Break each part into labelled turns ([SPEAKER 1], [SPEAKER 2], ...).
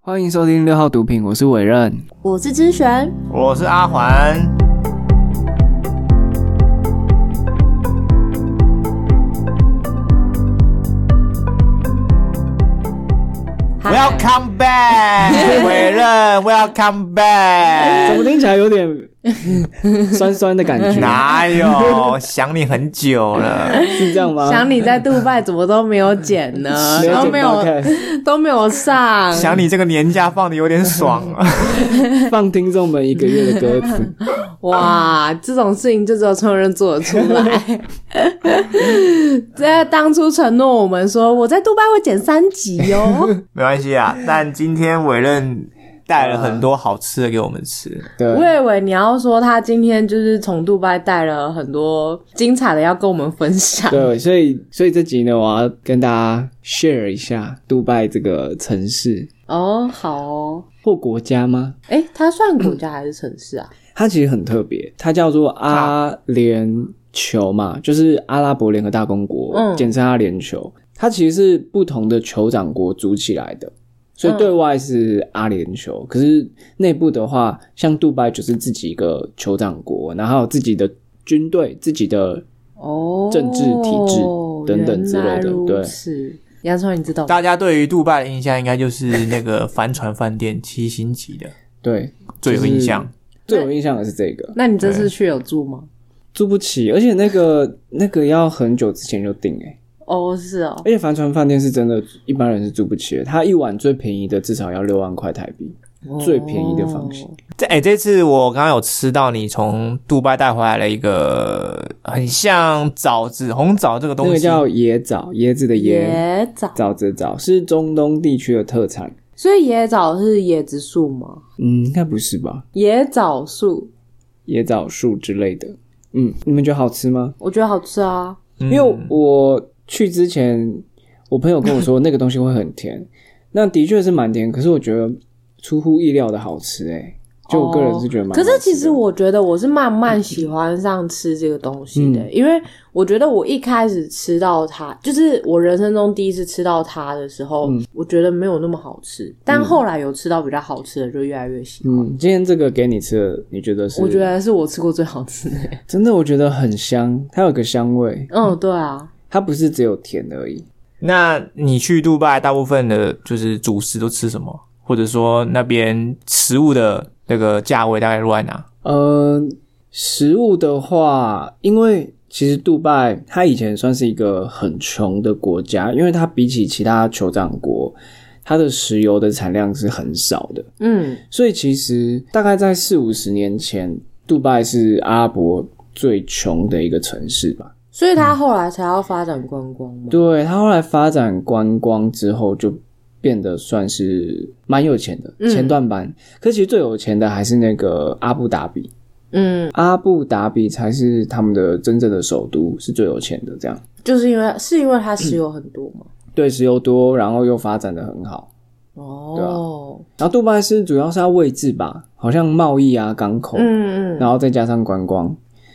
[SPEAKER 1] 欢迎收听六号毒品，我是伟任。
[SPEAKER 2] 我是之璇，
[SPEAKER 3] 我是阿环，
[SPEAKER 2] 嗨
[SPEAKER 3] Welcome back，伟任，Welcome back，
[SPEAKER 1] 怎么听起来有 点酸酸的感 觉？
[SPEAKER 3] 哪有？想你很久了，
[SPEAKER 1] 是这样吗？？
[SPEAKER 4] 想你在杜拜怎么都没有剪呢 都没有
[SPEAKER 1] 啊剪 podcast
[SPEAKER 4] 都没有上，
[SPEAKER 3] 想你这个年假放的有点爽啊。
[SPEAKER 1] 放听众们一个月的歌 词，
[SPEAKER 4] 哇，这种事情就只有冲人做得出来。 这当初承诺我们说我在杜拜会剪三集 哦，
[SPEAKER 3] 没关系啊，但今天伟任带了很多好吃的给我们吃，
[SPEAKER 4] 我
[SPEAKER 1] 对，
[SPEAKER 4] 以为你要说他今天就是从杜拜带了很多精彩的要跟我们分享。
[SPEAKER 1] 对，所以所以这集呢，我要跟大家 share 一下杜拜这个城市
[SPEAKER 4] 哦，好哦，
[SPEAKER 1] 或国家吗？
[SPEAKER 4] 哎，它算国家还是城市啊？
[SPEAKER 1] 它其实很特别，它叫做阿联酋嘛，就是阿拉伯联合大公国，
[SPEAKER 4] 嗯
[SPEAKER 1] 简称阿联酋。它其实是不同的酋长国组起来的，所以对外是阿联酋，可是内部的话，像杜拜就是自己一个酋长国，然后还有自己的军队、自己的
[SPEAKER 4] 哦，
[SPEAKER 1] 政治体制等等之类的
[SPEAKER 4] 原来如
[SPEAKER 1] 对
[SPEAKER 4] 此洋葱，你知道吗？
[SPEAKER 3] 大家对于杜拜的印象应该就是那个帆船饭店七星级的
[SPEAKER 1] 对
[SPEAKER 3] 最有印象。
[SPEAKER 1] 最有印象的是这个
[SPEAKER 4] 那你这次去有住吗？
[SPEAKER 1] 租不起，而且那个那个要很久之前就订诶、欸
[SPEAKER 4] 哦，是哦，
[SPEAKER 1] 而且帆船饭店是真的，一般人是住不起的，它一晚最便宜的至少要六万块台币，哎最便宜的房型
[SPEAKER 4] 哦。
[SPEAKER 3] 这哎、这次我刚刚有吃到你从杜拜带回来了一个很像枣子红枣这个
[SPEAKER 1] 那
[SPEAKER 3] 东
[SPEAKER 1] 个
[SPEAKER 3] 西，
[SPEAKER 1] 叫椰枣，椰子的椰，
[SPEAKER 4] 野枣，
[SPEAKER 1] 枣子的枣是中东地区的特产。
[SPEAKER 4] 所以野枣是椰子树吗？
[SPEAKER 1] 嗯，应该不是吧？
[SPEAKER 4] 野枣树，
[SPEAKER 1] 椰枣树之类的。嗯，你们觉得好吃吗？
[SPEAKER 4] 我觉得好吃啊。
[SPEAKER 1] 因
[SPEAKER 3] 嗯
[SPEAKER 1] 为我去之前，我朋友跟我 说那个东西会很甜，那的确是蛮甜，可是我觉得出乎意料的好吃、欸，就我个人是觉得蛮好
[SPEAKER 4] 哦可
[SPEAKER 1] 吃的、
[SPEAKER 4] 是其实我觉得我是慢慢喜欢上吃这个东西的，
[SPEAKER 1] 嗯
[SPEAKER 4] 因为我觉得我一开始吃到它，就是我人生中第一次吃到它的时候，
[SPEAKER 1] 嗯
[SPEAKER 4] 我觉得没有那么好吃，但后来有吃到比较好吃的，就越来越喜欢。
[SPEAKER 1] 嗯，今天这个给你吃的，你觉得是？
[SPEAKER 4] 我觉得是我吃过最好吃 的。
[SPEAKER 1] 真的，我觉得很香，它有个香味，
[SPEAKER 4] 嗯，对啊，
[SPEAKER 1] 它不是只有甜而已。
[SPEAKER 3] 那你去杜拜，大部分的就是主食都吃什么？或者说那边食物的那个价位大概落在哪？
[SPEAKER 1] 呃，食物的话，因为其实杜拜它以前算是一个很穷的国家，因为它比起其他酋长国，它的石油的产量是很少的，
[SPEAKER 4] 嗯，
[SPEAKER 1] 所以其实大概在四五十年前，杜拜是阿拉伯最穷的一个城市吧。
[SPEAKER 4] 所以他后来才要发展观光嘛。
[SPEAKER 1] 嗯对，它后来发展观光之后，就变得算是蛮有钱的，
[SPEAKER 4] 嗯
[SPEAKER 1] 前段班。可其实最有钱的还是那个阿布达比，
[SPEAKER 4] 嗯，
[SPEAKER 1] 阿布达比才是他们的真正的首都，是最有钱的。这样
[SPEAKER 4] 就是因为是因为它石油很多嘛。
[SPEAKER 1] 对石油多，然后又发展的很好。
[SPEAKER 4] 哦，
[SPEAKER 1] 然后杜拜是主要是它位置吧，好像贸易啊、港口，
[SPEAKER 4] 嗯嗯，
[SPEAKER 1] 然后再加上观光，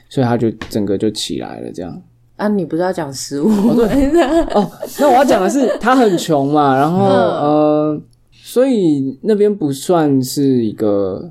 [SPEAKER 1] 所以它就整个就起来了。这样
[SPEAKER 4] 啊，你不是要讲 食物？
[SPEAKER 1] 哦，那我要讲的是它很穷嘛，然后呃，所以那边不算是一个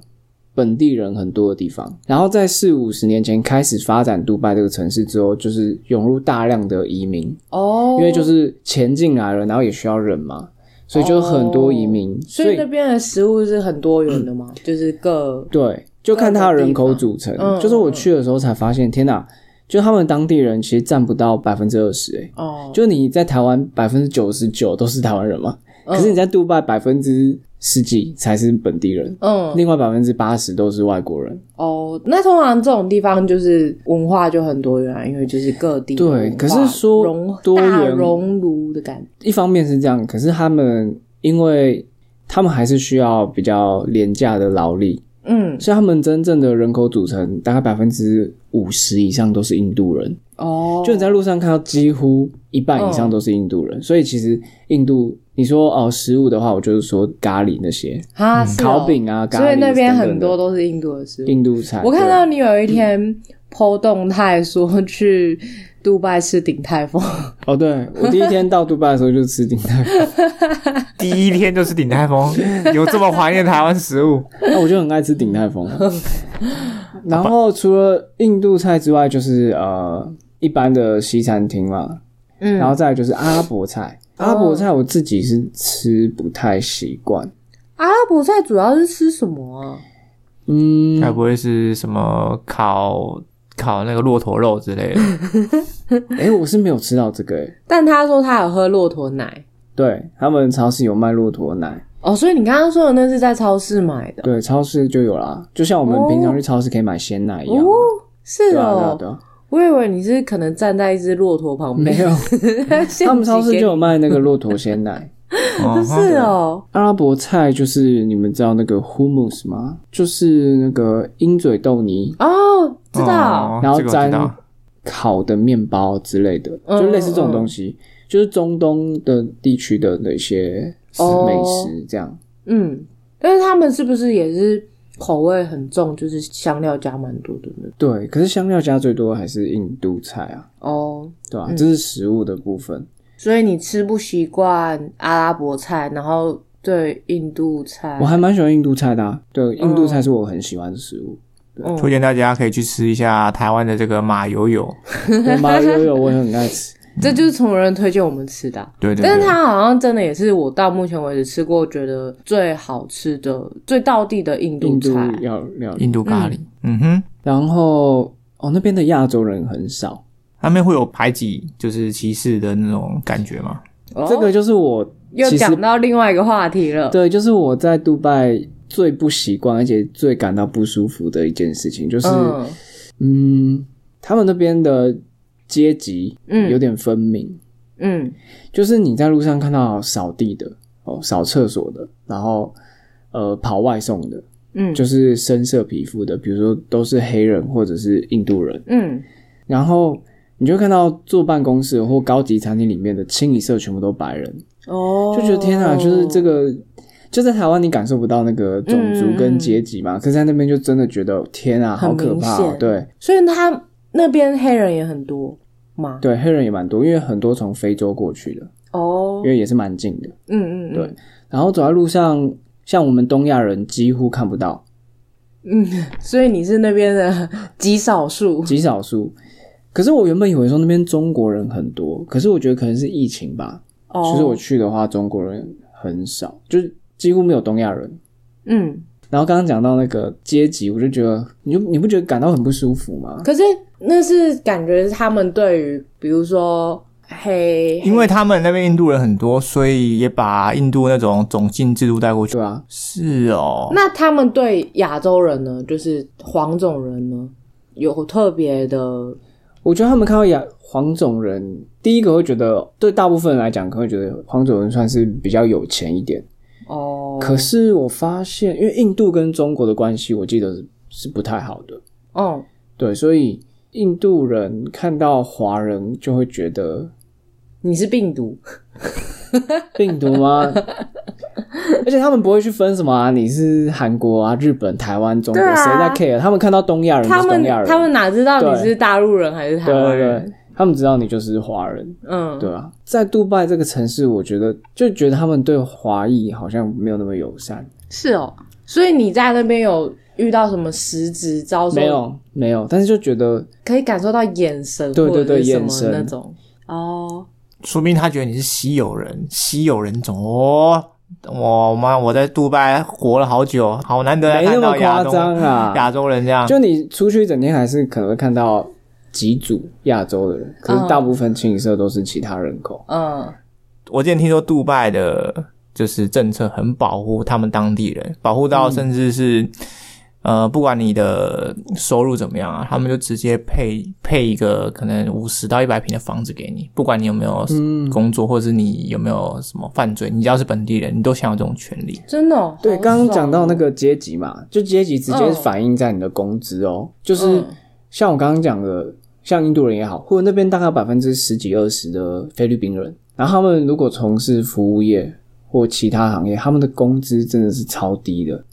[SPEAKER 1] 本地人很多的地方。然后在四五十年前开始发展杜拜这个城市之后，就是涌入大量的移民。
[SPEAKER 4] 哦，
[SPEAKER 1] 因为就，是钱进来了，然后也需要人嘛，所以就很多移民，
[SPEAKER 4] 哦所以那边的食物是很多元的嘛，就是各
[SPEAKER 1] 对，就看他的人口组成。
[SPEAKER 4] 嗯
[SPEAKER 1] 就是我去的时候才发现，天哪，就他们当地人其实占不到百分之二十，哎，
[SPEAKER 4] 哦，
[SPEAKER 1] 就你在台湾百分之九十九都是台湾人嘛，
[SPEAKER 4] 嗯
[SPEAKER 1] 可是你在杜拜百分之十几才是本地人，
[SPEAKER 4] 嗯
[SPEAKER 1] 另外百分之八十都是外国人。
[SPEAKER 4] 哦，那通常这种地方就是文化就很多元啊，因为就是各地的
[SPEAKER 1] 对
[SPEAKER 4] 文化
[SPEAKER 1] 可是说
[SPEAKER 4] 融
[SPEAKER 1] 多元
[SPEAKER 4] 大熔炉的感觉，
[SPEAKER 1] 一方面是这样，可是他们因为他们还是需要比较廉价的劳力，
[SPEAKER 4] 嗯
[SPEAKER 1] 所以他们真正的人口组成大概百分之五十以上都是印度人，
[SPEAKER 4] 哦，
[SPEAKER 1] 就你在路上看到几乎一半以上都是印度人，所以其实印度，你说哦食物的话，我就是说咖喱那些
[SPEAKER 4] 啊是哦
[SPEAKER 1] 烤饼啊，咖喱
[SPEAKER 4] 所以那边
[SPEAKER 1] 等等的
[SPEAKER 4] 很多都是
[SPEAKER 1] 啊
[SPEAKER 4] 印度的食物，
[SPEAKER 1] 印度菜。
[SPEAKER 4] 我看到
[SPEAKER 1] 对
[SPEAKER 4] 你有一天剖动态说去杜拜吃鼎泰丰，
[SPEAKER 1] 哦，对我第一天到杜拜的时候就吃鼎泰丰，
[SPEAKER 3] 第一天就是鼎泰丰，有这么怀念台湾 食物？
[SPEAKER 1] 那我就很爱吃鼎泰丰。然后除了印度菜之外，就是呃一般的西餐厅嘛，
[SPEAKER 4] 嗯
[SPEAKER 1] 然后再来就是阿拉伯菜。阿拉伯菜我自己是吃不太习惯，
[SPEAKER 4] 阿拉伯菜主要是吃什么啊？
[SPEAKER 1] 嗯，
[SPEAKER 3] 该不会是什么烤烤那个骆驼肉之 类的？
[SPEAKER 1] 哎、我是没有吃到这个、诶
[SPEAKER 4] 但他说他有喝骆驼奶
[SPEAKER 1] 对他们超市有卖骆驼奶，
[SPEAKER 4] 哦，所以你刚刚说的那是在超市买的
[SPEAKER 1] 对，超市就有啦，就像我们平常去超市可以买鲜奶一样。
[SPEAKER 4] 哦，是
[SPEAKER 1] 对啊，对啊，
[SPEAKER 4] 哦，
[SPEAKER 1] 对啊，
[SPEAKER 4] 我以为你是可能站在一只骆驼旁
[SPEAKER 1] 没
[SPEAKER 4] 边，
[SPEAKER 1] 有，他
[SPEAKER 4] 他
[SPEAKER 1] 们超市就有卖那个骆驼鲜奶。
[SPEAKER 3] 哦
[SPEAKER 4] 是哦，
[SPEAKER 1] 阿拉伯菜就是你们知道那个 hummus 吗？就是那个鹰嘴豆泥
[SPEAKER 4] 哦，知道，
[SPEAKER 3] 哦
[SPEAKER 1] 然后
[SPEAKER 3] 这个我知道
[SPEAKER 1] 沾烤的面包之类的，
[SPEAKER 4] 嗯
[SPEAKER 1] 就类似这种东西，就是中东的地区的那些
[SPEAKER 4] 哦
[SPEAKER 1] 美食这样。
[SPEAKER 4] 嗯，但是他们是不是也是口味很重，就是香料加蛮多的呢？
[SPEAKER 1] 对，可是香料加最多还是印度菜啊，
[SPEAKER 4] 哦，
[SPEAKER 1] 对吧、这是食物的部分。
[SPEAKER 4] 所以你吃不习惯阿拉伯菜，然后对印度菜
[SPEAKER 1] 我，还蛮喜欢印度菜的、啊，
[SPEAKER 4] 哦
[SPEAKER 1] 对，印度菜是我很喜欢的食 物。
[SPEAKER 4] 嗯，
[SPEAKER 3] 推荐大家可以去吃一下台湾的这个马油油，
[SPEAKER 1] 对，麻油油我也很爱吃。
[SPEAKER 4] 这就是从人推荐我们吃的啊、
[SPEAKER 3] 对对对，
[SPEAKER 4] 但是它好像真的也是我到目前为止吃过觉得最好吃的、最道地的 印度
[SPEAKER 1] 印度
[SPEAKER 4] 菜。
[SPEAKER 1] 料料理，
[SPEAKER 3] 印度咖喱，嗯哼，
[SPEAKER 1] 然后哦，那边的亚洲人很少，
[SPEAKER 3] 那边会有排挤就是歧视的那种感觉吗？
[SPEAKER 4] 哦
[SPEAKER 1] 这个就是我
[SPEAKER 4] 又
[SPEAKER 1] 其实
[SPEAKER 4] 讲到另外一个话题了。
[SPEAKER 1] 对，就是我在杜拜最不习惯，而且最感到不舒服的一件事情，就是
[SPEAKER 4] 嗯
[SPEAKER 1] 嗯他们那边的阶级
[SPEAKER 4] 嗯
[SPEAKER 1] 有点分明，
[SPEAKER 4] 嗯
[SPEAKER 1] 就是你在路上看到扫地的哦，扫厕所的，然后呃跑外送的，
[SPEAKER 4] 嗯，
[SPEAKER 1] 就是深色皮肤的，比如说都是黑人或者是印度人，
[SPEAKER 4] 嗯
[SPEAKER 1] 然后你就会看到坐办公室或高级餐厅里面的清一色全部都白人，
[SPEAKER 4] 哦，
[SPEAKER 1] 就觉得天啊，就是这个。就在台湾，你感受不到那个种族
[SPEAKER 4] 嗯嗯
[SPEAKER 1] 跟
[SPEAKER 4] 嗯
[SPEAKER 1] 阶级嘛，可是在那边就真的觉得天啊，好
[SPEAKER 4] 很
[SPEAKER 1] 可
[SPEAKER 4] 明
[SPEAKER 1] 怕、哦
[SPEAKER 4] 显！
[SPEAKER 1] 对
[SPEAKER 4] 所以他那边黑人也很多嘛。
[SPEAKER 1] 对，黑人也蛮多，因为很多从非洲过去的，
[SPEAKER 4] 哦
[SPEAKER 1] 因，为也是蛮近的。
[SPEAKER 4] 嗯嗯，嗯
[SPEAKER 1] 对，然后走在路上，像我们东亚人几乎看不到，
[SPEAKER 4] 所以你是那边的极少数。
[SPEAKER 1] 极少数。可是我原本以为说那边中国人很多，可是我觉得可能是疫情吧。
[SPEAKER 4] 哦，
[SPEAKER 1] 其实我去的话，中国人很少，就是几乎没有东亚人。
[SPEAKER 4] 嗯，
[SPEAKER 1] 然后刚刚讲到那个阶级，我就觉得，你就你不觉得感到很不舒服吗？
[SPEAKER 4] 可是那是感觉他们对于比如说黑，
[SPEAKER 1] 嗯
[SPEAKER 3] 因为他们那边印度人很多，所以也把印度那种种姓制度带过去。
[SPEAKER 1] 对啊，
[SPEAKER 3] 是哦，
[SPEAKER 4] 那他们对亚洲人呢，就是黄种人呢，有特别的
[SPEAKER 1] 我觉得他们看到亚黄种人，第一个会觉得，对大部分人来讲，可能会觉得黄种人算是比较有钱一点。
[SPEAKER 4] 哦，
[SPEAKER 1] 可是我发现，因为印度跟中国的关系，我记得是是不太好的，
[SPEAKER 4] 哦，
[SPEAKER 1] 对，所以印度人看到华人就会觉得
[SPEAKER 4] 你是病毒，
[SPEAKER 1] 病毒 吗？而且他们不会去分什么啊，你是韩国啊、日本、台湾、中国，
[SPEAKER 4] 对
[SPEAKER 1] 谁、
[SPEAKER 4] 啊
[SPEAKER 1] 在 care？他们看到东亚人就
[SPEAKER 4] 他
[SPEAKER 1] 是
[SPEAKER 4] 们
[SPEAKER 1] 东亚人，
[SPEAKER 4] 他们哪知道你是大陆人还是台
[SPEAKER 1] 对
[SPEAKER 4] 湾
[SPEAKER 1] 对
[SPEAKER 4] 人？
[SPEAKER 1] 对，他们知道你就是华人，
[SPEAKER 4] 嗯，
[SPEAKER 1] 对啊，在杜拜这个城市，我觉得就觉得他们对华裔好像没有那么友善，
[SPEAKER 4] 是哦。所以你在那边有遇到什么实质遭受？
[SPEAKER 1] 没，有没有，但是就觉得
[SPEAKER 4] 可以感受到眼神
[SPEAKER 1] 对对对
[SPEAKER 4] 或者是什么
[SPEAKER 1] 眼神
[SPEAKER 4] 那种哦。
[SPEAKER 3] 说明他觉得你是稀有人，稀有人种哦。我妈，我在杜拜活了好久，好难得
[SPEAKER 1] 没那
[SPEAKER 3] 看到
[SPEAKER 1] 么
[SPEAKER 3] 亚
[SPEAKER 1] 夸
[SPEAKER 3] 洲
[SPEAKER 1] 张啊，
[SPEAKER 3] 亚洲人这样。
[SPEAKER 1] 就你出去一整天，还是可能会看到几组亚洲的人，可是大部分清一色都是其他人口。
[SPEAKER 4] 嗯，
[SPEAKER 3] 我之前听说杜拜的，就是政策很保护他们当地人，保护到甚至是、呃，不管你的收入怎么样啊，他们就直接配配一个可能五十到一百平的房子给你，不管你有没有工作，或者是你有没有什么犯罪，你只要是本地人，你都享有这种权利。
[SPEAKER 4] 真的、哦。
[SPEAKER 1] 对，
[SPEAKER 4] 好
[SPEAKER 1] 刚刚
[SPEAKER 4] 爽
[SPEAKER 1] 讲到那
[SPEAKER 4] 哦，
[SPEAKER 1] 个阶级嘛，就阶级直接
[SPEAKER 4] 嗯
[SPEAKER 1] 反映在你的工资哦，就是
[SPEAKER 4] 嗯
[SPEAKER 1] 像我刚刚讲的，像印度人也好，或者那边大概百分之十几二十的菲律宾人，然后他们如果从事服务业或其他行业，他们的工资真的是超低
[SPEAKER 4] 嗯
[SPEAKER 1] 的，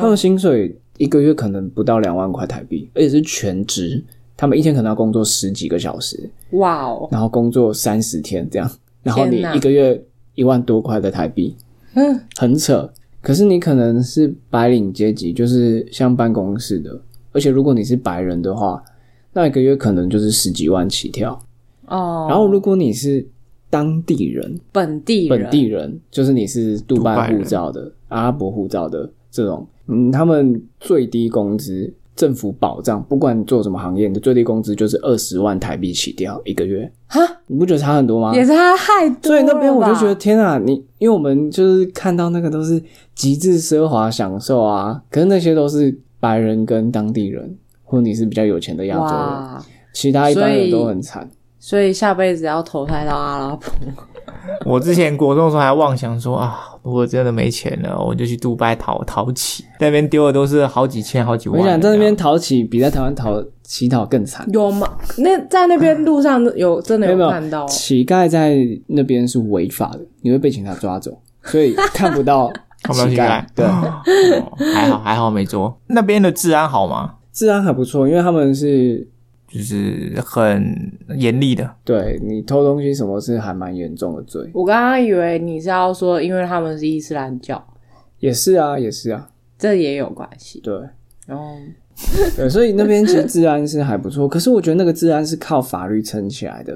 [SPEAKER 1] 他们薪水一个月可能不到两万块台币，而且是全职，他们一天可能要工作十几个小时，
[SPEAKER 4] 哇哦，
[SPEAKER 1] 然后工作三十天这样，然后你
[SPEAKER 4] 天哪
[SPEAKER 1] 一个月一万多块的台币，嗯，很扯。可是你可能是白领阶级，就是像办公室的，而且如果你是白人的话，那一个月可能就是十几万起跳。
[SPEAKER 4] 哦，
[SPEAKER 1] 然后如果你是当地人，
[SPEAKER 4] 本地人
[SPEAKER 1] 本地人，就是你是杜
[SPEAKER 3] 杜拜
[SPEAKER 1] 拜
[SPEAKER 3] 人
[SPEAKER 1] 护照的、阿拉伯护照的这种，嗯，他们最低工资政府保障，不管你做什么行业，你的最低工资就是二十万台币起跳一个月，
[SPEAKER 4] 哈，
[SPEAKER 1] 你不觉得差很多吗？
[SPEAKER 4] 也是他害多
[SPEAKER 1] 啊所以那边我就觉得
[SPEAKER 4] 了吧
[SPEAKER 1] 天啊，你因为我们就是看到那个都是极致奢华享受啊，可是那些都是白人跟当地人，或者你是比较有钱的亚洲人，
[SPEAKER 4] 哇，
[SPEAKER 1] 其他一般
[SPEAKER 4] 所以
[SPEAKER 1] 人都很惨。
[SPEAKER 4] 所以下辈子要投胎到阿 拉伯，
[SPEAKER 3] 我之前国中的时候还妄想说啊，如果真的没钱了，我就去杜拜淘淘起，那边丢的都是好几千、好几
[SPEAKER 1] 我
[SPEAKER 3] 万
[SPEAKER 1] 跟
[SPEAKER 3] 的
[SPEAKER 1] 你
[SPEAKER 3] 这
[SPEAKER 1] 讲，
[SPEAKER 3] 样。
[SPEAKER 1] 在那边淘起比在台湾淘乞讨更惨。
[SPEAKER 4] 有吗？那在那边路上有真
[SPEAKER 1] 没
[SPEAKER 4] 的
[SPEAKER 1] 有没
[SPEAKER 4] 有看
[SPEAKER 1] 有，
[SPEAKER 4] 到
[SPEAKER 1] 乞丐在那边是违法的，你会被警察抓走，所 以看不到
[SPEAKER 3] 看不到
[SPEAKER 1] 乞
[SPEAKER 3] 乞
[SPEAKER 1] 丐
[SPEAKER 3] 丐。
[SPEAKER 1] 对，
[SPEAKER 3] 哦还好还好没做。那边的治安好吗？
[SPEAKER 1] 治安还不错，因为他们是
[SPEAKER 3] 就是很严厉的，
[SPEAKER 1] 对你偷东西什么是还蛮严重的罪，
[SPEAKER 4] 我刚刚以为你是要说，因为他们是伊斯兰教，
[SPEAKER 1] 也是啊，也是啊，
[SPEAKER 4] 这也有关系。
[SPEAKER 1] 对。
[SPEAKER 4] 然
[SPEAKER 1] 哦
[SPEAKER 4] 后
[SPEAKER 1] 对，所以那边其实治安是还不错，可是我觉得那个治安是靠法律撑起来的，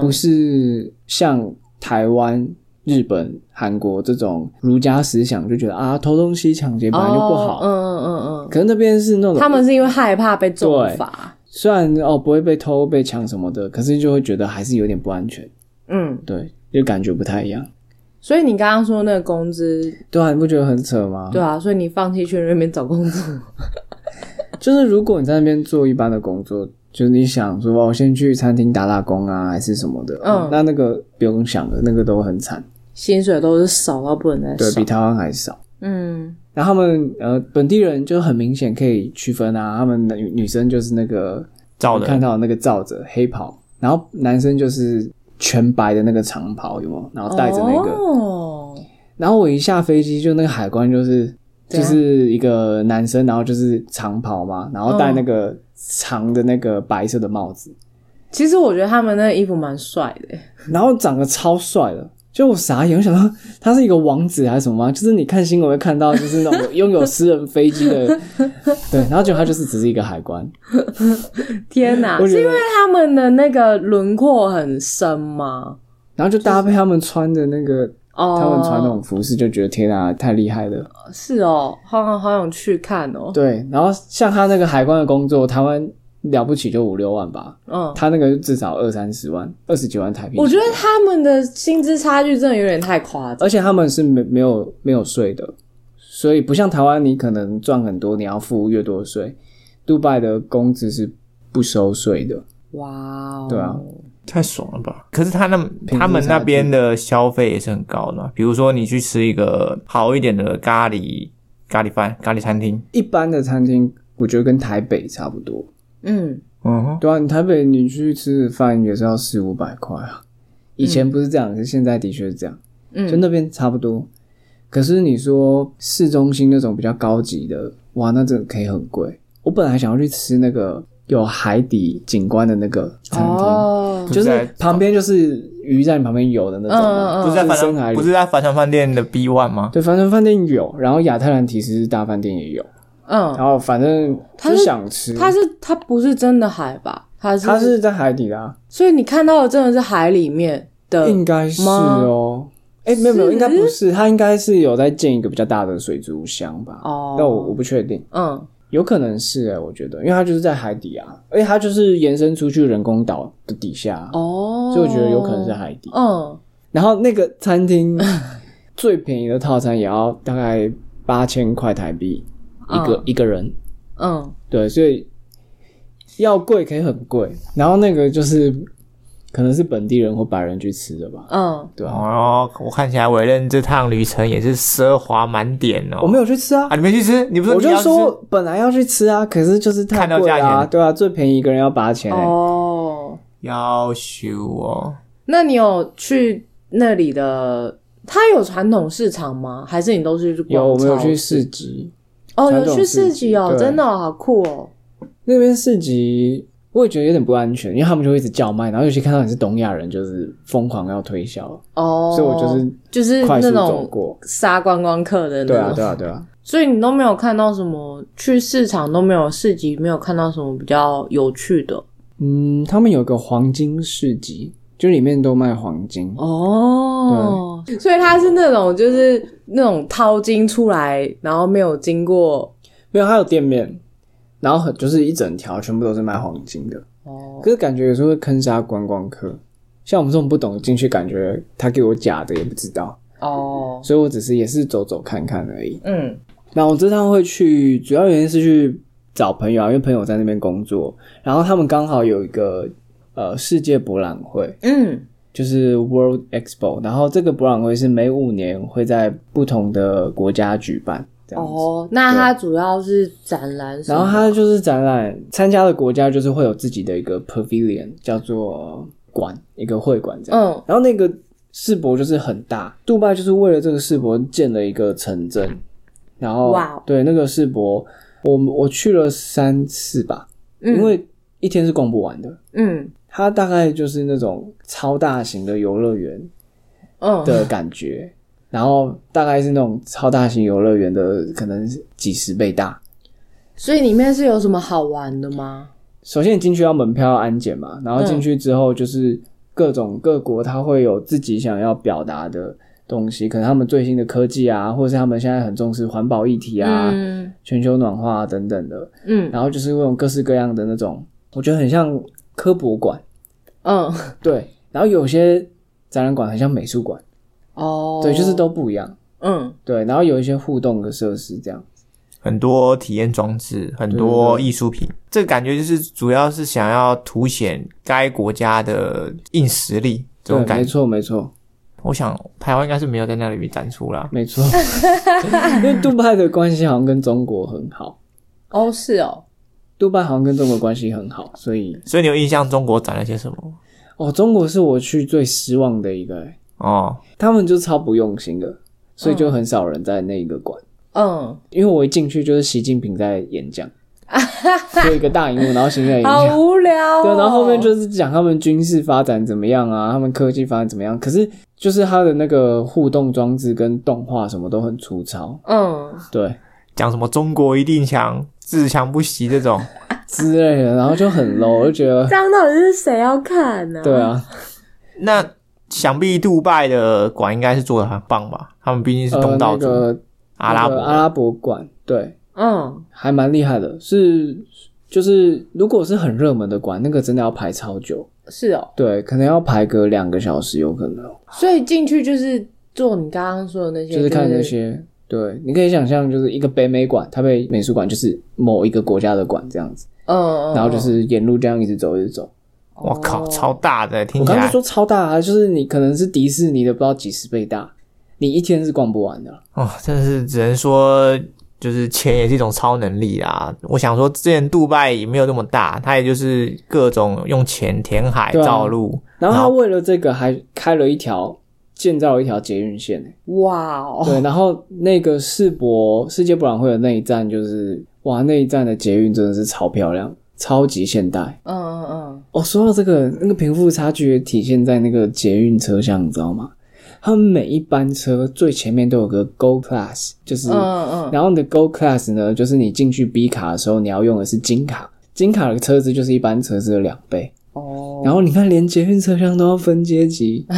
[SPEAKER 1] 不
[SPEAKER 4] 嗯，
[SPEAKER 1] 是像台湾、日本、韩国这种儒家思想就觉得啊偷东西抢劫本来就不好，
[SPEAKER 4] 哦嗯嗯嗯
[SPEAKER 1] 可是那边是那
[SPEAKER 4] 嗯，
[SPEAKER 1] 种
[SPEAKER 4] 他们是因为害怕被重罚。
[SPEAKER 1] 虽然哦不会被偷被抢什么的，可是就会觉得还是有点不安全，
[SPEAKER 4] 嗯，
[SPEAKER 1] 对，就感觉不太一样。
[SPEAKER 4] 所以你刚刚说那个工资，
[SPEAKER 1] 对啊，你不觉得很扯吗？
[SPEAKER 4] 对，啊，所以你放弃去那边找工作，
[SPEAKER 1] 就是如果你在那边做一般的工作，就是你想说哦，先去餐厅打打工啊，还是什么的，
[SPEAKER 4] 嗯
[SPEAKER 1] 那那个不用想了，那个都很惨，
[SPEAKER 4] 薪水都是少到不能再
[SPEAKER 1] 对
[SPEAKER 4] 少
[SPEAKER 1] 比。台湾还少。
[SPEAKER 4] 嗯，
[SPEAKER 1] 然后他们呃本地人就很明显可以区分啊，他们女女生就是那个
[SPEAKER 3] 照
[SPEAKER 1] 你看
[SPEAKER 3] 的
[SPEAKER 1] 到的那个罩着黑袍，然后男生就是全白的那个长袍，有没有？然后戴着那个。
[SPEAKER 4] 哦，
[SPEAKER 1] 然后我一下飞机，就那个海关就是
[SPEAKER 4] 怎
[SPEAKER 1] 就
[SPEAKER 4] 样
[SPEAKER 1] 是一个男生，然后就是长袍嘛，然后戴那个长的那个白色的帽子，
[SPEAKER 4] 其实我觉得他们那个衣服蛮帅的，
[SPEAKER 1] 然后长得超帅的。就我傻眼，我想到他是一个王子还是什么吗？就是你看新闻会看到，就是那种拥有私人飞机的，对，然后结果他就是只是一个海关，
[SPEAKER 4] 天哪！
[SPEAKER 1] 我觉
[SPEAKER 4] 是
[SPEAKER 1] 得
[SPEAKER 4] 因为他们的那个轮廓很深吗？
[SPEAKER 1] 然后就搭配他们穿的那个
[SPEAKER 4] 哦，
[SPEAKER 1] 他们传统服饰，就觉得天啊，太厉害了。
[SPEAKER 4] 是哦，好想好想去看哦。
[SPEAKER 1] 对，然后像他那个海关的工作，台湾了不起就五六万吧，
[SPEAKER 4] 嗯，
[SPEAKER 1] 他那个至少二三十万，二十几万台币。
[SPEAKER 4] 我觉得，他们的薪资差距真的有点太夸张。
[SPEAKER 1] 而且他们是没没有没有税的，所以不像台湾，你可能赚很多，你要付越多的税。杜拜的工资是不收税的，
[SPEAKER 4] 哇哦，
[SPEAKER 1] 对啊，
[SPEAKER 3] 太爽了吧？可是他那
[SPEAKER 1] 差
[SPEAKER 3] 他们那边的消费也是很高的嘛，比如说你去吃一个好一点的咖喱咖喱饭、咖喱餐厅，
[SPEAKER 1] 一般的餐厅我觉得跟台北差不多。
[SPEAKER 4] 嗯，
[SPEAKER 3] 嗯哼，
[SPEAKER 1] 对啊，你台北你去吃饭也是要四五百块啊，以前不是这样，可是现在的确是这样。
[SPEAKER 4] 嗯
[SPEAKER 1] 就那边差不多。可是你说市中心那种比较高级的，哇，那真的可以很贵。我本来想要去吃那个有海底景观的那个餐厅，
[SPEAKER 4] 哦，
[SPEAKER 1] 就
[SPEAKER 3] 不
[SPEAKER 1] 是
[SPEAKER 3] 在
[SPEAKER 1] 旁边就是鱼在你旁边游的那种
[SPEAKER 4] 嗯嗯
[SPEAKER 1] 嘛，
[SPEAKER 4] 嗯
[SPEAKER 3] 不是在
[SPEAKER 1] 就是
[SPEAKER 3] 帆
[SPEAKER 1] 深海
[SPEAKER 3] 船
[SPEAKER 1] 里
[SPEAKER 3] 不。是在帆船饭店的 B One 吗？
[SPEAKER 1] 对，反正饭店有，然后亚特兰提斯大饭店也有，
[SPEAKER 4] 嗯，
[SPEAKER 1] 然后反正
[SPEAKER 4] 它
[SPEAKER 1] 就是想吃，
[SPEAKER 4] 它是它不是真的海吧？它是
[SPEAKER 1] 它是在海底的、啊，
[SPEAKER 4] 所以你看到的真的是海里面的
[SPEAKER 1] 应该是
[SPEAKER 4] 呃吗
[SPEAKER 1] 哦。哎、没有没有，
[SPEAKER 4] 是
[SPEAKER 1] 应该不是，它应该是有在建一个比较大的水族箱吧？
[SPEAKER 4] 哦
[SPEAKER 1] 但我我不确定。
[SPEAKER 4] 嗯
[SPEAKER 1] 有可能是哎、我觉得，因为它就是在海底啊，而且它就是延伸出去人工岛的底下，啊
[SPEAKER 4] 哦，
[SPEAKER 1] 所以我觉得有可能是海底。
[SPEAKER 4] 嗯
[SPEAKER 1] 然后那个餐厅最便宜的套餐也要大概八千块台币一个、
[SPEAKER 4] 嗯
[SPEAKER 1] 一个人，
[SPEAKER 4] 嗯，
[SPEAKER 1] 对，所以要贵可以很贵。然后那个就是可能是本地人或白人去吃的吧，
[SPEAKER 4] 嗯，
[SPEAKER 1] 对吧、啊
[SPEAKER 3] 哦，我看起来委任这趟旅程也是奢华满点哦。
[SPEAKER 1] 我没有去吃啊
[SPEAKER 3] 啊，，你没去吃，你不是
[SPEAKER 1] 我就
[SPEAKER 3] 你要吃
[SPEAKER 1] 说本来要去吃啊，可是就是太
[SPEAKER 3] 看到
[SPEAKER 1] 贵
[SPEAKER 3] 价
[SPEAKER 1] 啊，
[SPEAKER 3] 钱
[SPEAKER 1] 对啊，最便宜一个人要八千、欸，
[SPEAKER 4] 嗯哦，
[SPEAKER 3] 要修哦。
[SPEAKER 4] 那你有去那里的？它有传统市场吗？还是你都是去
[SPEAKER 1] 有我
[SPEAKER 4] 逛
[SPEAKER 1] 们有去
[SPEAKER 4] 超
[SPEAKER 1] 市集。
[SPEAKER 4] 哦，
[SPEAKER 1] 传
[SPEAKER 4] 有
[SPEAKER 1] 统
[SPEAKER 4] 去
[SPEAKER 1] 市
[SPEAKER 4] 市
[SPEAKER 1] 集
[SPEAKER 4] 集哦，
[SPEAKER 1] 对
[SPEAKER 4] 真的哦好酷哦。
[SPEAKER 1] 那边市集，我也觉得有点不安全，因为他们就会一直叫卖，然后尤其看到你是东亚人，就是疯狂要推销，
[SPEAKER 4] 哦，
[SPEAKER 1] 所以我就是
[SPEAKER 4] 就是
[SPEAKER 1] 快速
[SPEAKER 4] 那
[SPEAKER 1] 走
[SPEAKER 4] 种
[SPEAKER 1] 过。
[SPEAKER 4] 杀观光客的那种，
[SPEAKER 1] 对啊，对啊，对啊，
[SPEAKER 4] 所以你都没有看到什么去市场都没有市集，没有看到什么比较有趣的
[SPEAKER 1] 嗯，他们有个黄金市集，就里面都卖黄金。
[SPEAKER 4] 哦。所以它是那种就是那种掏金出来，然后没有经过
[SPEAKER 1] 没有，它有店面，然后很就是一整条全部都是卖黄金的，
[SPEAKER 4] 哦，
[SPEAKER 1] 可是感觉有时候会坑杀观光客。像我们这种不懂进去，感觉他给我假的也不知道，
[SPEAKER 4] 哦，
[SPEAKER 1] 所以我只是也是走走看看而已。
[SPEAKER 4] 嗯，
[SPEAKER 1] 那我这趟会去，主要原因是去找朋友啊，因为朋友在那边工作，然后他们刚好有一个呃世界博览会，
[SPEAKER 4] 嗯，
[SPEAKER 1] 就是 World Expo，然后这个博览会是每五年会在不同的国家举办，这样子。
[SPEAKER 4] 哦，那它主要是展览什
[SPEAKER 1] 然
[SPEAKER 4] 么，
[SPEAKER 1] 后它就是展览参加的国家就是会有自己的一个 pavilion，叫做馆，一个会馆这样。
[SPEAKER 4] 嗯
[SPEAKER 1] 然后那个世博就是很大，杜拜就是为了这个世博建了一个城镇，然后
[SPEAKER 4] 哇哦
[SPEAKER 1] 对那个世博，我我去了三次吧，
[SPEAKER 4] 嗯
[SPEAKER 1] 因为一天是逛不完的。
[SPEAKER 4] 嗯
[SPEAKER 1] 它大概就是那种超大型的游乐园
[SPEAKER 4] 嗯
[SPEAKER 1] 的感觉，然后大概是那种超大型游乐园的可能几十倍大，
[SPEAKER 4] 所以里面是有什么好玩的吗？
[SPEAKER 1] 首先你进去要门票要安检嘛，然后进去之后就是各种各国它会有自己想要表达的东西，可能他们最新的科技啊，或者是他们现在很重视环保议题啊、
[SPEAKER 4] 嗯
[SPEAKER 1] 全球暖化、啊、等等的，
[SPEAKER 4] 嗯
[SPEAKER 1] 然后就是会有各式各样的那种，我觉得很像科博馆，
[SPEAKER 4] 嗯，
[SPEAKER 1] 对，然后有些展览馆很像美术馆，
[SPEAKER 4] 哦，
[SPEAKER 1] 对，就是都不一样，
[SPEAKER 4] 嗯
[SPEAKER 1] 对，然后有一些互动的设施这样。
[SPEAKER 3] 很多体验装置，很
[SPEAKER 1] 嗯对
[SPEAKER 3] 多
[SPEAKER 1] 对
[SPEAKER 3] 艺术品，这个感觉就是主要是想要凸显该国家的硬实力这
[SPEAKER 1] 对
[SPEAKER 3] 种，感
[SPEAKER 1] 没
[SPEAKER 3] 觉。
[SPEAKER 1] 错，没错，
[SPEAKER 3] 我想台湾应该是没有在那里面展出啦。
[SPEAKER 1] 没错，因为杜拜的关系好像跟中国很好，
[SPEAKER 4] 哦是哦，
[SPEAKER 1] 杜拜好像跟中国关系很好，所以
[SPEAKER 3] 所以你有印象中国展了些什么？
[SPEAKER 1] 哦，中国是我去最失望的一个、欸，
[SPEAKER 3] 哦，
[SPEAKER 1] 他们就超不用心的，所以就很少人在那个馆。
[SPEAKER 4] 嗯，
[SPEAKER 1] 因为我一进去就是习近平在演讲，就一个大荧幕，然后习近平在演
[SPEAKER 4] 好
[SPEAKER 1] 讲，
[SPEAKER 4] 无聊、哦。
[SPEAKER 1] 对，然后后面就是讲他们军事发展怎么样啊，他们科技发展怎么样，可是就是他的那个互动装置跟动画什么都很粗糙，
[SPEAKER 4] 嗯，
[SPEAKER 1] 对
[SPEAKER 3] 讲什么中国一定强，自强不息这 种。
[SPEAKER 1] 之类的，然后就很 low，我就觉得
[SPEAKER 4] 这样到底是谁要看呢、
[SPEAKER 1] 对，啊，
[SPEAKER 3] 那想必杜拜的馆应该是做的很棒吧？他们毕竟是
[SPEAKER 1] 呃，
[SPEAKER 3] 东道
[SPEAKER 1] 那
[SPEAKER 3] 主、
[SPEAKER 1] 个
[SPEAKER 3] 阿拉伯
[SPEAKER 1] 那
[SPEAKER 3] 的，
[SPEAKER 1] 个阿拉伯馆，对。
[SPEAKER 4] 嗯，
[SPEAKER 1] 还蛮厉害的，是就是如果是很热门的馆，那个真的要排超久，
[SPEAKER 4] 是哦，
[SPEAKER 1] 对，可能要排个两个小时，有可能哦
[SPEAKER 4] 所以进去就是做你刚刚说的那些，
[SPEAKER 1] 就是看那些。对，你可以想象，就是一个北美馆，它被美术馆就是某一个国家的馆这样子，
[SPEAKER 4] 嗯，嗯，嗯嗯哦
[SPEAKER 1] 然后就是沿路这样一直走，一直走。
[SPEAKER 3] 我靠，超大的，
[SPEAKER 1] 哦
[SPEAKER 3] 听
[SPEAKER 1] 我
[SPEAKER 3] 起
[SPEAKER 1] 刚刚
[SPEAKER 3] 来
[SPEAKER 1] 就说超大啊，就是你可能是迪士尼的不知道几十倍大，你一天是逛不完的。
[SPEAKER 3] 哦，真的是只能说，就是钱也是一种超能力啊。我想说，之前杜拜也没有那么大，它也就是各种用钱填海
[SPEAKER 1] 对啊
[SPEAKER 3] 造路，
[SPEAKER 1] 然后
[SPEAKER 3] 然
[SPEAKER 1] 他
[SPEAKER 3] 后
[SPEAKER 1] 为了这个还开了一条，建造了一条捷运线、欸
[SPEAKER 4] 哇哦，
[SPEAKER 1] 对，然后那个世博世界博览会的那一站就是，哇，那一站的捷运真的是超漂亮，超级现代。
[SPEAKER 4] 嗯嗯嗯，
[SPEAKER 1] 哦，说到这个，那个贫富差距也体现在那个捷运车厢，你知道吗？他们每一班车最前面都有个 Go Class，就是，
[SPEAKER 4] 嗯嗯嗯，
[SPEAKER 1] 然后你的 Go Class 呢，就是你进去 B 卡的时候，你要用的是金卡，金卡的车资就是一般车资的两倍。
[SPEAKER 4] 哦，
[SPEAKER 1] 然后你看，连捷运车厢都要分阶级，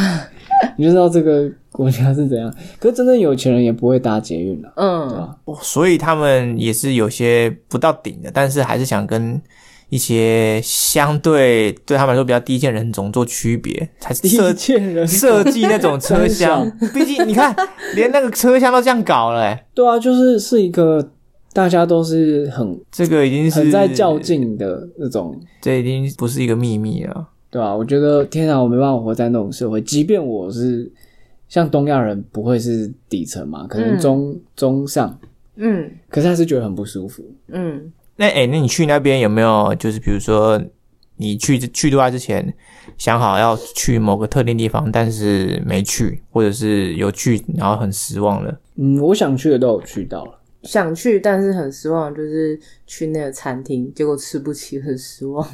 [SPEAKER 1] 你就知道这个国家是怎样。可是真正有钱人也不会搭捷运了、啊
[SPEAKER 4] 嗯，
[SPEAKER 3] 哦所以他们也是有些不到顶的，但是还是想跟一些相对对他们来说比较低贱人种做区别，才
[SPEAKER 1] 第一
[SPEAKER 3] 设
[SPEAKER 1] 件人
[SPEAKER 3] 设计那种车厢。毕竟你看，连那个车厢都这样搞了、欸，
[SPEAKER 1] 对啊，就是是一个大家都是很
[SPEAKER 3] 这个已经是
[SPEAKER 1] 很在较，劲的那种，
[SPEAKER 3] 这已经不是一个秘密了。
[SPEAKER 1] 对啊，我觉得天啊，我没办法活在那种社会，即便我是像东亚人，不会是底层嘛，可能
[SPEAKER 4] 嗯
[SPEAKER 1] 中、中上，
[SPEAKER 4] 嗯
[SPEAKER 1] 可是还是觉得很不舒服。
[SPEAKER 4] 嗯，
[SPEAKER 3] 那哎、欸那你去那边有没有就是比如说你去去杜拜之前想好要去某个特定地方，但是没去，或者是有去然后很失望了？
[SPEAKER 1] 嗯，我想去的都有去到了。
[SPEAKER 4] 想去但是很失望，就是去那个餐厅，结果吃不起，很失望。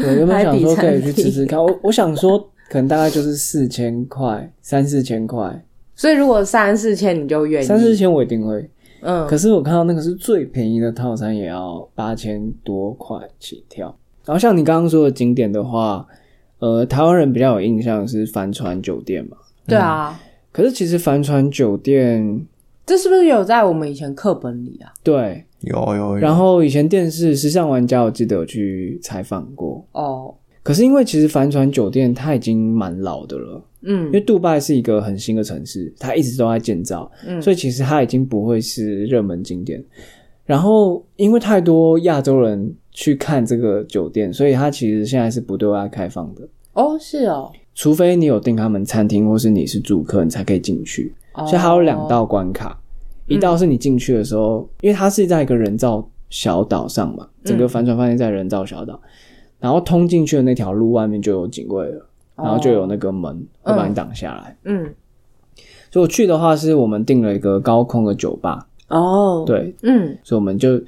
[SPEAKER 1] 对，原本
[SPEAKER 4] 还
[SPEAKER 1] 想
[SPEAKER 4] 比
[SPEAKER 1] 说可以
[SPEAKER 4] 产
[SPEAKER 1] 去
[SPEAKER 4] 品
[SPEAKER 1] 吃吃看，我我想说可能大概就是四千块，三四千块，
[SPEAKER 4] 所以如果三四千你就愿意，
[SPEAKER 1] 三四千我一定会。
[SPEAKER 4] 嗯，
[SPEAKER 1] 可是我看到那个是最便宜的套餐，也要八千多块起跳。然后像你刚刚说的景点的话，呃，台湾人比较有印象是帆船酒店嘛，
[SPEAKER 4] 对啊，
[SPEAKER 1] 可是其实帆船酒店
[SPEAKER 4] 这是不是有在我们以前课本里啊？
[SPEAKER 1] 对，
[SPEAKER 3] 有有有，
[SPEAKER 1] 然后以前电视《时尚玩家》我记得有去采访过，
[SPEAKER 4] 哦，
[SPEAKER 1] 可是因为其实帆船酒店它已经蛮老的了。
[SPEAKER 4] 嗯
[SPEAKER 1] 因为杜拜是一个很新的城市，它一直都在建造，
[SPEAKER 4] 嗯
[SPEAKER 1] 所以其实它已经不会是热门景点。然后因为太多亚洲人去看这个酒店，所以它其实现在是不对外开放的，
[SPEAKER 4] 哦是哦，
[SPEAKER 1] 除非你有订他们餐厅或是你是住客，你才可以进去。
[SPEAKER 4] 哦嗯
[SPEAKER 1] 所以它有两道关卡，一道是你进去的时候，因为它是在一个人造小岛上嘛，
[SPEAKER 4] 嗯
[SPEAKER 1] 整个帆船饭店在人造小岛，然后通进去的那条路外面就有警卫了，
[SPEAKER 4] 哦
[SPEAKER 1] 然后就有那个门会把你挡下来。
[SPEAKER 4] 嗯
[SPEAKER 1] 所以我去的话，是我们订了一个高空的酒吧，
[SPEAKER 4] 哦，
[SPEAKER 1] 对，
[SPEAKER 4] 嗯
[SPEAKER 1] 所以我们就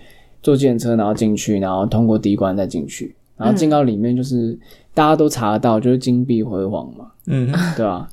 [SPEAKER 1] 坐计程车，然后进去，然后通过第一关再进去，然后进到里面就是、大家都查得到，就是金碧辉煌嘛，
[SPEAKER 3] 嗯，
[SPEAKER 1] 对吧、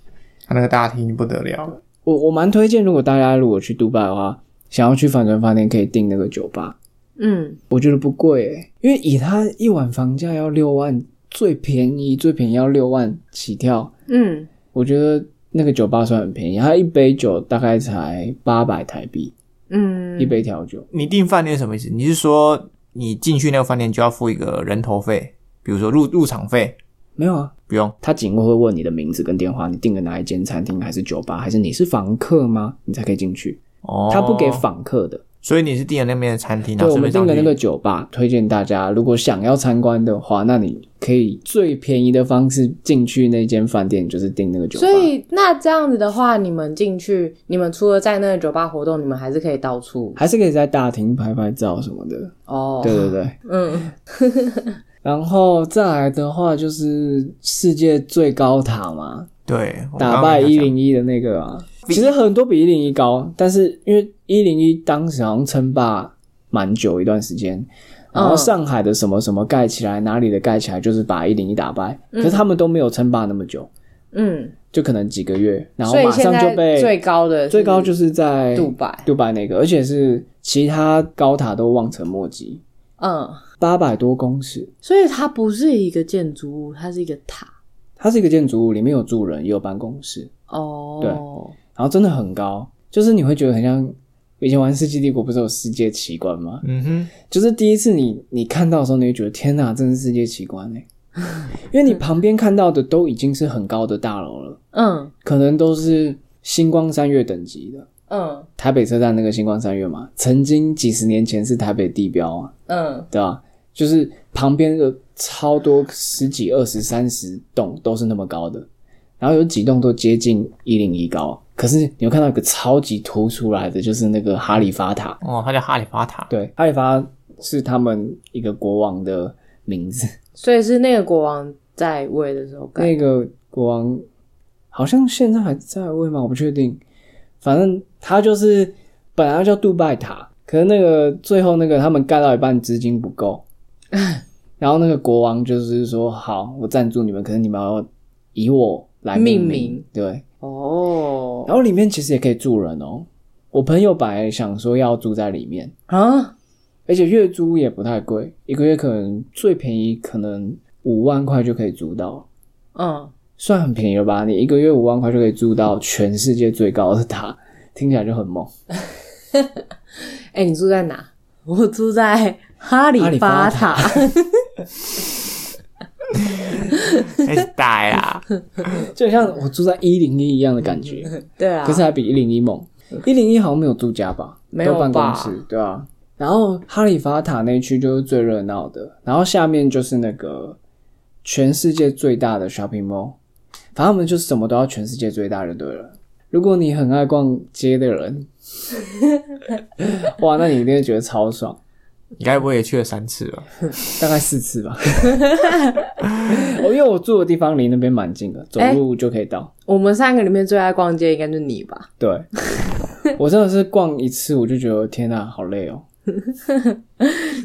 [SPEAKER 3] 他那个大厅不得了，
[SPEAKER 1] 我我蛮推荐，如果大家如果去杜拜的话，想要去帆船饭店，可以订那个酒吧，
[SPEAKER 4] 嗯
[SPEAKER 1] 我觉得不贵、欸，因为以它一晚房价要六万，最便宜最便宜要六万起跳，
[SPEAKER 4] 嗯，
[SPEAKER 1] 我觉得那个酒吧算很便宜，它一杯酒大概才八百台币，
[SPEAKER 4] 嗯
[SPEAKER 1] 一杯调酒。
[SPEAKER 3] 你订饭店什么意思？你是说你进去那个饭店就要付一个人头费，比如说入入场费？
[SPEAKER 1] 没有啊，
[SPEAKER 3] 不用，
[SPEAKER 1] 他警卫会问你的名字跟电话，你订了哪一间餐厅还是酒吧，还是你是房客吗？你才可以进去。
[SPEAKER 3] 哦，
[SPEAKER 1] 他不给访客的。
[SPEAKER 3] 所以你是订了那边的餐厅，然
[SPEAKER 1] 对，
[SPEAKER 3] 后
[SPEAKER 1] 我们
[SPEAKER 3] 顺
[SPEAKER 1] 订了
[SPEAKER 3] 便
[SPEAKER 1] 那
[SPEAKER 3] 上
[SPEAKER 1] 个
[SPEAKER 3] 去。
[SPEAKER 1] 酒吧，推荐大家如果想要参观的话，那你可以最便宜的方式进去那间饭店，就是订那个酒吧。
[SPEAKER 4] 所以那这样子的话，你们进去，你们除了在那个酒吧活动，你们还是可以到处
[SPEAKER 1] 还是可以在大厅拍拍照什么的。
[SPEAKER 4] 哦，
[SPEAKER 1] 对对对。
[SPEAKER 4] 嗯
[SPEAKER 1] 然后再来的话，就是世界最高塔嘛，
[SPEAKER 3] 对，我
[SPEAKER 1] 哦打
[SPEAKER 3] 刚刚
[SPEAKER 1] 败
[SPEAKER 3] 没有
[SPEAKER 1] 一
[SPEAKER 3] 想
[SPEAKER 1] 零一的那个啊，其实很多比一零一高，但是因为一零一当时好像称霸蛮久一段时间，然后
[SPEAKER 4] 嗯
[SPEAKER 1] 上海的什么什么盖起来，哪里的盖起来，就是把一零一打败，可是他们都没有称霸那么久，
[SPEAKER 4] 嗯，
[SPEAKER 1] 就可能几个月，然后
[SPEAKER 4] 所以
[SPEAKER 1] 马
[SPEAKER 4] 现
[SPEAKER 1] 上
[SPEAKER 4] 在
[SPEAKER 1] 就被
[SPEAKER 4] 最高的
[SPEAKER 1] 最高就是是在
[SPEAKER 4] 杜拜，
[SPEAKER 1] 杜拜那个，而且是其他高塔都望尘莫及，
[SPEAKER 4] 嗯，
[SPEAKER 1] 八百多公尺。
[SPEAKER 4] 所以它不是一个建筑物，它是一个塔
[SPEAKER 1] 它是一个建筑物，里面有住人，也有办公室，
[SPEAKER 4] 哦，
[SPEAKER 1] 对然后真的很高，就是你会觉得很像以前玩《世纪帝国》不是有世界奇观吗？
[SPEAKER 3] 嗯哼，
[SPEAKER 1] 就是第一次你你看到的时候，你会觉得天哪，真是世界奇观哎、因为你旁边看到的都已经是很高的大楼了，
[SPEAKER 4] 嗯
[SPEAKER 1] 可能都是星光三月等级的。
[SPEAKER 4] 嗯
[SPEAKER 1] 台北车站那个星光三月嘛，曾经几十年前是台北地标啊，
[SPEAKER 4] 嗯，
[SPEAKER 1] 对吧？就是旁边的超多十几、二十、三十栋都是那么高的，然后有几栋都接近一零一高。可是你有看到一个超级凸出来的，就是那个哈利法塔。
[SPEAKER 3] 哦，它叫哈利法塔，
[SPEAKER 1] 对，哈利法是他们一个国王的名字。
[SPEAKER 4] 所以是那个国王在位的时候盖
[SPEAKER 1] 那个国王好像现在还在位吗？我不确定。反正他就是本来叫杜拜塔，可是那个最后那个他们盖到一半资金不 够，然后那个国王就是说：“好，我赞助你们，可是你们要以我来命
[SPEAKER 4] 命名
[SPEAKER 1] 对，
[SPEAKER 4] 哦
[SPEAKER 1] 然后里面其实也可以住人哦。我朋友本来想说要住在里面，
[SPEAKER 4] 啊，
[SPEAKER 1] 而且月租也不太贵，一个月可能最便宜可能五万块就可以租到。
[SPEAKER 4] 嗯，
[SPEAKER 1] 算很便宜了吧？你一个月五万块就可以住到全世界最高的塔，听起来就很猛。
[SPEAKER 4] 哎、你住在哪？ 我住在哈利法塔，
[SPEAKER 3] 开始打啦，
[SPEAKER 1] 就像我住在一零一一样的感觉，
[SPEAKER 4] 对啊，
[SPEAKER 1] 可是还比一零一猛。一零一好像没有住家吧？
[SPEAKER 4] 嗯没有
[SPEAKER 1] 都办公
[SPEAKER 4] 吧
[SPEAKER 1] 室，对啊。然后哈利法塔那一区就是最热闹的，然后下面就是那个全世界最大的 shopping mall，反正我们就是什么都要全世界最大就对了。如果你很爱逛街的人， 哇，那你一定会觉得超爽。
[SPEAKER 3] 你该不会也去了三次吧？
[SPEAKER 1] 大概四次吧。 我因为我住的地方离那边蛮近的，走路就可以到。
[SPEAKER 4] 我们三个里面最爱逛街应该就是你吧？
[SPEAKER 1] 对，我真的是逛一次我就觉得天哪、好累哦。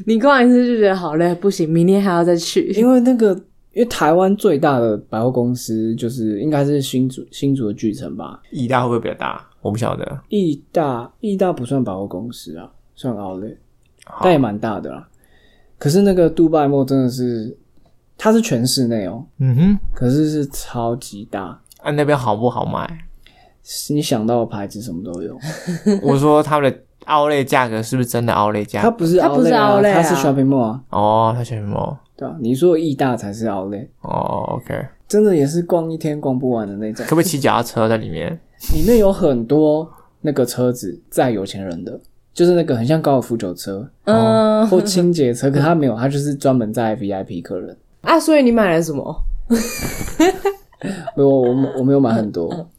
[SPEAKER 4] 你逛完一次就觉得好累，不行，明天还要再去。
[SPEAKER 1] 因为那个，因为台湾最大的百货公司就是应该是新竹新竹的巨城吧，
[SPEAKER 3] 义大会不会比较大？我不晓得。
[SPEAKER 1] 义大义大不算百货公司啊，算 outlet，
[SPEAKER 3] 好
[SPEAKER 1] 但也蛮大的啦。可是那个杜拜莫真的是，它是全室内哦，
[SPEAKER 3] 嗯哼，
[SPEAKER 1] 可是是超级大，
[SPEAKER 3] 啊那边好不好卖？
[SPEAKER 1] 你想到的牌子什么都有。
[SPEAKER 3] 我说他们的奥类价格是不是真的奥类价
[SPEAKER 1] 它
[SPEAKER 3] 格？
[SPEAKER 1] 不是
[SPEAKER 4] 它不
[SPEAKER 1] outlet
[SPEAKER 4] 是
[SPEAKER 1] 啊，
[SPEAKER 4] outlet
[SPEAKER 1] 它
[SPEAKER 4] 啊
[SPEAKER 1] 是 shopping mall 啊，
[SPEAKER 3] 哦，他选什么？
[SPEAKER 1] 对吧、你说义大才是 outlet，
[SPEAKER 3] 哦，OK，
[SPEAKER 1] 真的也是逛一天逛不完的那种
[SPEAKER 3] 可。不可以骑脚踏车在里面？
[SPEAKER 1] 里面有很多那个车子载有钱人的，就是那个很像高尔夫球车
[SPEAKER 4] 嗯
[SPEAKER 1] 或清洁车，可它没有，它就是专门载 VIP 客人。
[SPEAKER 4] 啊，所以你买了什么？
[SPEAKER 1] 没有，我我我没有买很
[SPEAKER 4] 嗯
[SPEAKER 1] 多，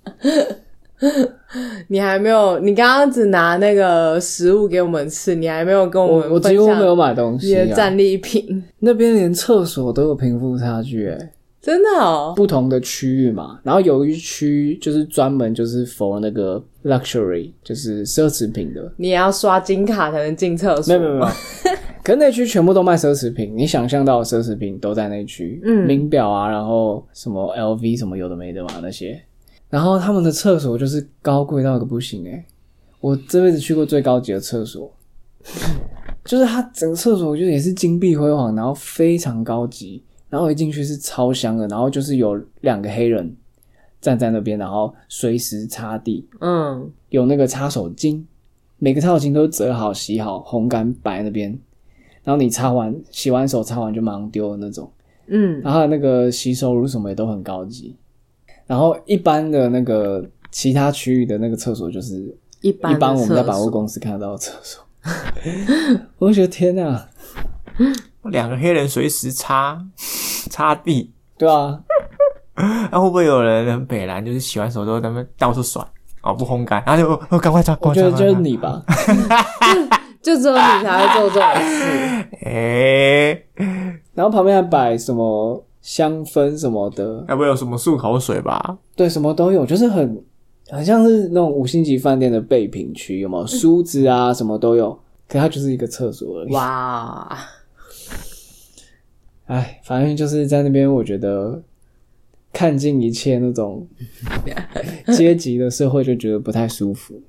[SPEAKER 4] 你还没有，你刚刚只拿那个食物给我们吃，你还没有跟
[SPEAKER 1] 我
[SPEAKER 4] 们
[SPEAKER 1] 我
[SPEAKER 4] 嗯分
[SPEAKER 1] 几乎没有
[SPEAKER 4] 享
[SPEAKER 1] 买东
[SPEAKER 4] 你
[SPEAKER 1] 西、
[SPEAKER 4] 的
[SPEAKER 1] 啊。
[SPEAKER 4] 战利品，
[SPEAKER 1] 那边连厕所都有贫富差距、欸，
[SPEAKER 4] 真的哦。
[SPEAKER 1] 不同的区域嘛，然后有一区就是专门就是否那个 luxury，就是奢侈品的，
[SPEAKER 4] 你也要刷金卡才能进厕所？
[SPEAKER 1] 没有没有没有， 可是那区全部都卖奢侈品，你想象到的奢侈品都在那区，
[SPEAKER 4] 嗯
[SPEAKER 1] 名表啊，然后什么 LV 什么有的没的嘛那些，然后他们的厕所就是高贵到一个不行诶、欸我这辈子去过最高级的厕所， 就是它整个厕所我觉得也是金碧辉煌，然后非常高级，然后一进去是超香的，然后就是有两个黑人站在那边，然后随时擦地，
[SPEAKER 4] 嗯，
[SPEAKER 1] 有那个擦手巾，每个擦手巾都折好、洗好，红干白那边。然后你擦完、洗完手、擦完就马上丢的那种。
[SPEAKER 4] 嗯，
[SPEAKER 1] 然后那个洗手乳什么也都很高级。然后一般的那个其他区域的那个厕所，就是
[SPEAKER 4] 一般
[SPEAKER 1] 一
[SPEAKER 4] 一
[SPEAKER 1] 般我们在百货公司看得到的厕所。 我就觉得天哪，
[SPEAKER 3] 两个黑人随时 擦擦地，
[SPEAKER 1] 对啊，
[SPEAKER 3] 那、会不会有人很北蓝，就是洗完手之后他们到处甩，哦不烘干，然后就哦赶快擦，赶
[SPEAKER 1] 我
[SPEAKER 3] 快
[SPEAKER 1] 觉得
[SPEAKER 3] 擦，
[SPEAKER 1] 就是
[SPEAKER 3] 赶快擦，
[SPEAKER 1] 你吧，
[SPEAKER 4] 就只有你才会做这种事。
[SPEAKER 3] 哎，
[SPEAKER 1] 然后旁边还摆什么香氛什么的，
[SPEAKER 3] 该不会有什么漱口水吧？
[SPEAKER 1] 对，什么都有，就是很很像是那种五星级饭店的备品区，有没有梳子啊，什么都有。可它就是一个厕所而已。
[SPEAKER 4] 哇，
[SPEAKER 1] 哎，反正就是在那边，我觉得看尽一切那种阶级的社会，就觉得不太舒服。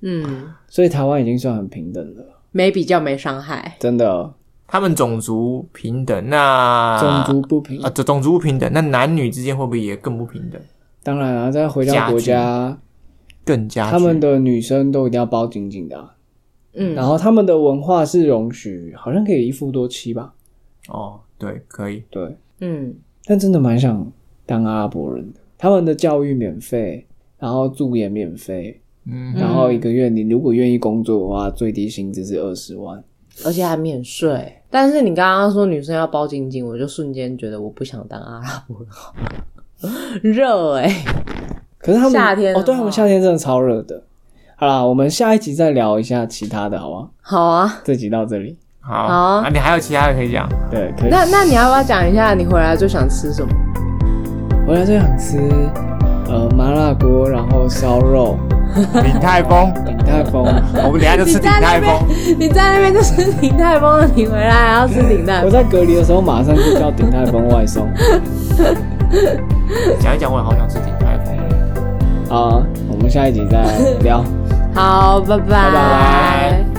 [SPEAKER 4] 嗯，
[SPEAKER 1] 所以台湾已经算很平等了，
[SPEAKER 4] 没比较没伤害。
[SPEAKER 1] 真的，
[SPEAKER 3] 他们种族平等，那
[SPEAKER 1] 种族不平。
[SPEAKER 3] 啊，种种族不平等，那男女之间会不会也更不平等？
[SPEAKER 1] 当然啊，在回到国家，
[SPEAKER 3] 更加
[SPEAKER 1] 他们
[SPEAKER 3] 的
[SPEAKER 1] 的女生都一定要包紧紧的啊、
[SPEAKER 4] 嗯，
[SPEAKER 1] 然后他们的文化是容许，好像可以一夫多妻吧？
[SPEAKER 3] 哦，对，可以，
[SPEAKER 1] 对，
[SPEAKER 4] 嗯，
[SPEAKER 1] 但真的蛮想当阿拉伯人的。他们的教育免费，然后住也免费，
[SPEAKER 3] 嗯，
[SPEAKER 1] 然后一个月你如果愿意工作的话，最低薪资是二十万。
[SPEAKER 4] 而且还免税。但是你刚刚说女生要包紧紧，我就瞬间觉得我不想当阿拉伯人好了， 热哎、
[SPEAKER 1] 可是他们
[SPEAKER 4] 夏天
[SPEAKER 1] 哦，
[SPEAKER 4] 的话
[SPEAKER 1] 对他们夏天真的超热的。好啦，我们下一集再聊一下其他的，好吗？
[SPEAKER 4] 好啊，
[SPEAKER 1] 这集到这里，
[SPEAKER 3] 好
[SPEAKER 4] 好
[SPEAKER 3] 啊，你还有其他的可以讲。
[SPEAKER 1] 对，可以。
[SPEAKER 4] 那那你要不要讲一下你回来最想 吃什么？
[SPEAKER 1] 回来就想吃呃麻辣锅，然后烧肉、
[SPEAKER 3] 鼎泰丰，
[SPEAKER 1] 鼎泰 丰。
[SPEAKER 3] 我们等一下就吃鼎泰丰。
[SPEAKER 4] 你在那边就吃鼎泰丰了，你回来还要吃鼎泰
[SPEAKER 1] 我
[SPEAKER 4] 丰？
[SPEAKER 1] 在隔离的时候，马上就叫鼎泰丰外送。
[SPEAKER 3] 讲一讲，我也好想吃鼎泰丰。
[SPEAKER 1] 好，我们下一集再聊。
[SPEAKER 4] 好，拜
[SPEAKER 1] 拜
[SPEAKER 3] 拜